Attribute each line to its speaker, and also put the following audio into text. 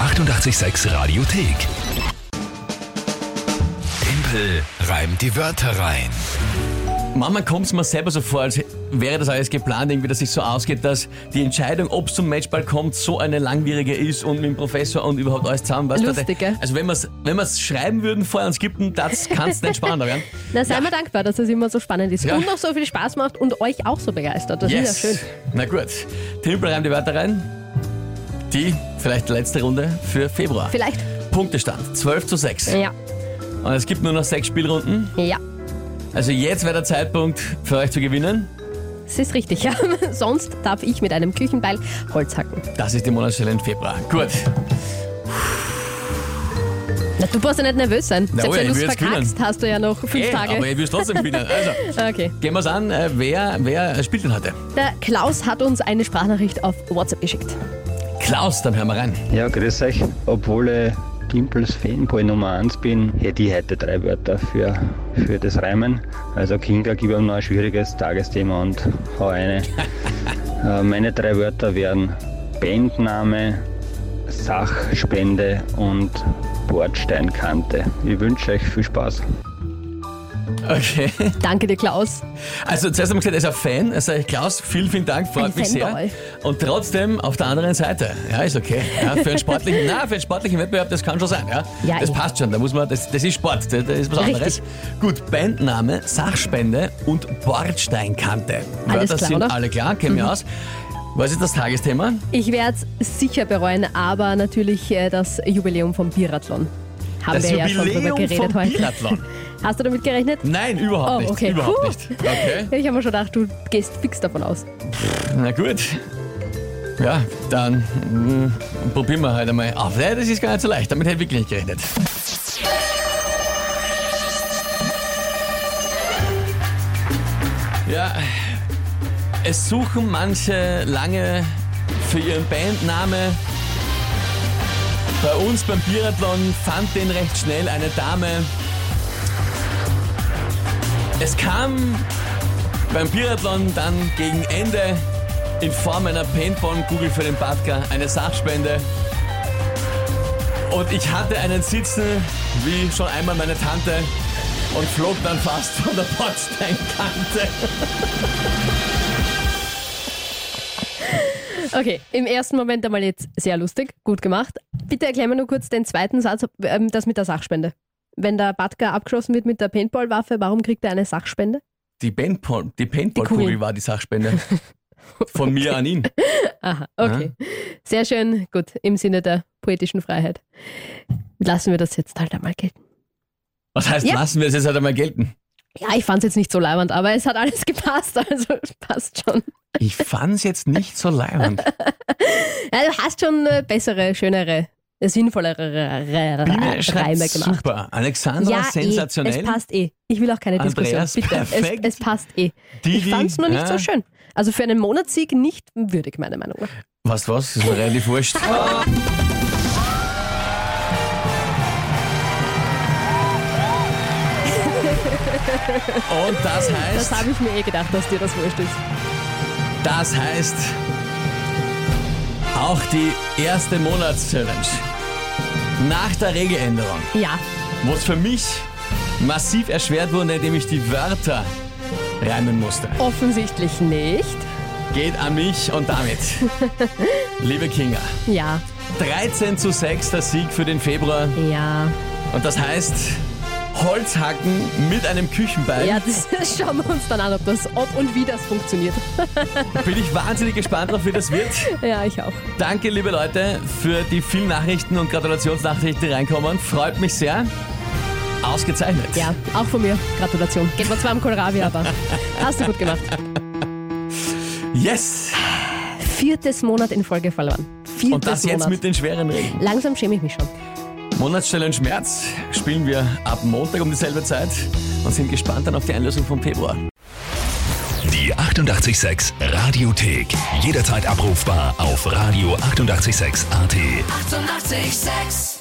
Speaker 1: 886 Radiothek. Tempel reimt die Wörter rein.
Speaker 2: Manchmal kommt es mir selber so vor, als wäre das alles geplant, irgendwie, dass es so ausgeht, dass die Entscheidung, ob es zum Matchball kommt, so eine langwierige ist und mit dem Professor und überhaupt alles zusammen. weißt du,
Speaker 3: Lustig, gell?
Speaker 2: Also wenn wir es wenn wir's schreiben würden vorher und es gibt einen Platz, kann es nicht spannender werden.
Speaker 3: Na, sei mal dankbar, dass es immer so spannend ist
Speaker 2: Ja.
Speaker 3: und noch so viel Spaß macht und euch auch so begeistert. Das ist ja schön.
Speaker 2: Na gut. Tempel reimt die Wörter rein. Die vielleicht letzte Runde für Februar.
Speaker 3: Vielleicht.
Speaker 2: Punktestand 12 zu 6.
Speaker 3: Ja,
Speaker 2: Und es gibt nur noch sechs Spielrunden.
Speaker 3: ja,
Speaker 2: Also jetzt wäre der Zeitpunkt für euch zu gewinnen.
Speaker 3: es ist richtig. Ja. Sonst darf ich mit einem Küchenbeil Holz hacken.
Speaker 2: Das ist die Monatschallenge Februar. Gut.
Speaker 3: Na, du brauchst ja nicht nervös sein.
Speaker 2: Na, oh
Speaker 3: Selbst
Speaker 2: ja,
Speaker 3: wenn
Speaker 2: ich
Speaker 3: du es
Speaker 2: will jetzt
Speaker 3: verkackst, hast du ja noch fünf
Speaker 2: Eh,
Speaker 3: Tage.
Speaker 2: Aber ihr wirst trotzdem gewinnen. Also,
Speaker 3: okay.
Speaker 2: gehen wir es an. Äh, Wer, wer spielt denn heute?
Speaker 3: Der Klaus hat uns eine Sprachnachricht auf WhatsApp geschickt.
Speaker 2: Klaus, dann hören wir rein.
Speaker 4: Ja, grüß euch. Obwohl ich Gimpels Fanboy Nummer 1 bin, hätte ich heute drei Wörter für, für das Reimen. Also Kinga, gib ihm noch ein schwieriges Tagesthema und hau eine. äh, meine drei Wörter wären Bandname, Sachspende und Bordsteinkante. Ich wünsche euch viel Spaß.
Speaker 2: Okay.
Speaker 3: Danke dir, Klaus.
Speaker 2: Also zuerst haben wir gesagt, er ist ein Fan. Also Klaus, vielen, vielen Dank, freut
Speaker 3: Ein
Speaker 2: mich
Speaker 3: Fanboy.
Speaker 2: sehr. Und trotzdem auf der anderen Seite. Ja, ist okay. Ja, für, einen sportlichen, na, für einen sportlichen Wettbewerb, das kann schon sein. Ja?
Speaker 3: Ja,
Speaker 2: das
Speaker 3: eh.
Speaker 2: passt schon, da muss man, das, das ist Sport, das, das ist was
Speaker 3: Richtig.
Speaker 2: anderes. Gut, Bandname, Sachspende und Bordsteinkante.
Speaker 3: Alles
Speaker 2: Wörter
Speaker 3: klar,
Speaker 2: sind
Speaker 3: oder? Mhm.
Speaker 2: alle klar, kennen wir aus. Was ist das Tagesthema?
Speaker 3: Ich werde es sicher bereuen, aber natürlich äh, das Jubiläum vom Biathlon. Haben
Speaker 2: das
Speaker 3: wir ja schon drüber
Speaker 2: Jubiläum
Speaker 3: geredet
Speaker 2: vom
Speaker 3: heute.
Speaker 2: Biathlon.
Speaker 3: Hast du damit gerechnet?
Speaker 2: Nein, überhaupt
Speaker 3: Oh,
Speaker 2: nicht.
Speaker 3: okay.
Speaker 2: Überhaupt
Speaker 3: Puh.
Speaker 2: nicht. Okay,
Speaker 3: Ich habe mir schon gedacht, du gehst fix davon aus.
Speaker 2: na gut. Ja, dann mm, probieren wir halt einmal auf. Nein, das ist gar nicht so leicht. Damit hätte ich wirklich nicht gerechnet. Ja, es suchen manche lange für ihren Bandname. Bei uns beim Biathlon fand den recht schnell eine Dame. Es kam beim Biathlon dann gegen Ende in Form einer Paintball, Google für den Badger, eine Sachspende. Und ich hatte einen Sitzen, wie schon einmal meine Tante, und flog dann fast von der Bordsteinkante.
Speaker 3: Okay, im ersten Moment einmal jetzt sehr lustig, gut gemacht. Bitte erklär mir nur kurz den zweiten Satz, ähm, das mit der Sachspende. Wenn der Batka abgeschossen wird mit der Paintballwaffe, warum kriegt er eine Sachspende?
Speaker 2: Die Paintball, die
Speaker 3: Die
Speaker 2: Paintball-Kugel
Speaker 3: Kugel.
Speaker 2: war die Sachspende. Von mir an ihn.
Speaker 3: Aha, okay. Sehr schön, gut, im Sinne der poetischen Freiheit. Lassen wir das jetzt halt einmal gelten.
Speaker 2: Was heißt,
Speaker 3: Ja.
Speaker 2: lassen wir es jetzt halt einmal gelten?
Speaker 3: Ja, ich fand es jetzt nicht so leiwand, aber es hat alles gepasst, also passt schon.
Speaker 2: Ich fand's jetzt nicht so leibend.
Speaker 3: Ja, du hast schon äh, bessere, schönere, äh, sinnvollere
Speaker 2: Biene
Speaker 3: äh,
Speaker 2: schreibt
Speaker 3: Reime gemacht.
Speaker 2: super. Alexandra,
Speaker 3: Ja, Eh,
Speaker 2: sensationell.
Speaker 3: es passt eh. Ich will auch keine
Speaker 2: Andreas,
Speaker 3: Diskussion. Bitte.
Speaker 2: perfekt.
Speaker 3: Es, es passt eh. ich
Speaker 2: Didi,
Speaker 3: fand es nur nicht
Speaker 2: ja.
Speaker 3: so schön. Also für einen Monatssieg nicht würdig, meiner Meinung nach.
Speaker 2: Was, was? Ist mir relativ wurscht. Und das heißt,
Speaker 3: Das
Speaker 2: das,
Speaker 3: habe ich mir eh gedacht, dass dir das wurscht ist.
Speaker 2: heißt auch die erste Monatschallenge nach der Regeländerung,
Speaker 3: Ja,
Speaker 2: wo es für mich massiv erschwert wurde, indem ich die Wörter reimen musste.
Speaker 3: offensichtlich nicht.
Speaker 2: Geht an mich und damit, liebe Kinga,
Speaker 3: Ja,
Speaker 2: 13 zu 6 der Sieg für den Februar
Speaker 3: ja.
Speaker 2: Und das heißt Holzhacken mit einem Küchenbeil.
Speaker 3: Ja, das schauen wir uns dann an, ob das, ob und wie das funktioniert.
Speaker 2: Bin ich wahnsinnig gespannt drauf, wie das wird.
Speaker 3: Ja, ich auch.
Speaker 2: Danke, liebe Leute, für die vielen Nachrichten und Gratulationsnachrichten, die reinkommen. Freut mich sehr. Ausgezeichnet.
Speaker 3: Ja, auch von mir. Gratulation. Geht mir zwar am Kohlrabi, aber hast du gut gemacht.
Speaker 2: Yes!
Speaker 3: Viertes Monat in Folge verloren. Viertes
Speaker 2: Und das jetzt
Speaker 3: Monat.
Speaker 2: mit den schweren Regen.
Speaker 3: Langsam schäme ich mich schon.
Speaker 2: Monatschallenge März spielen wir ab Montag um dieselbe Zeit und sind gespannt dann auf die Einlösung vom Februar.
Speaker 1: Die 886 Radiothek. Jederzeit abrufbar auf radio886.at. 886!
Speaker 5: 886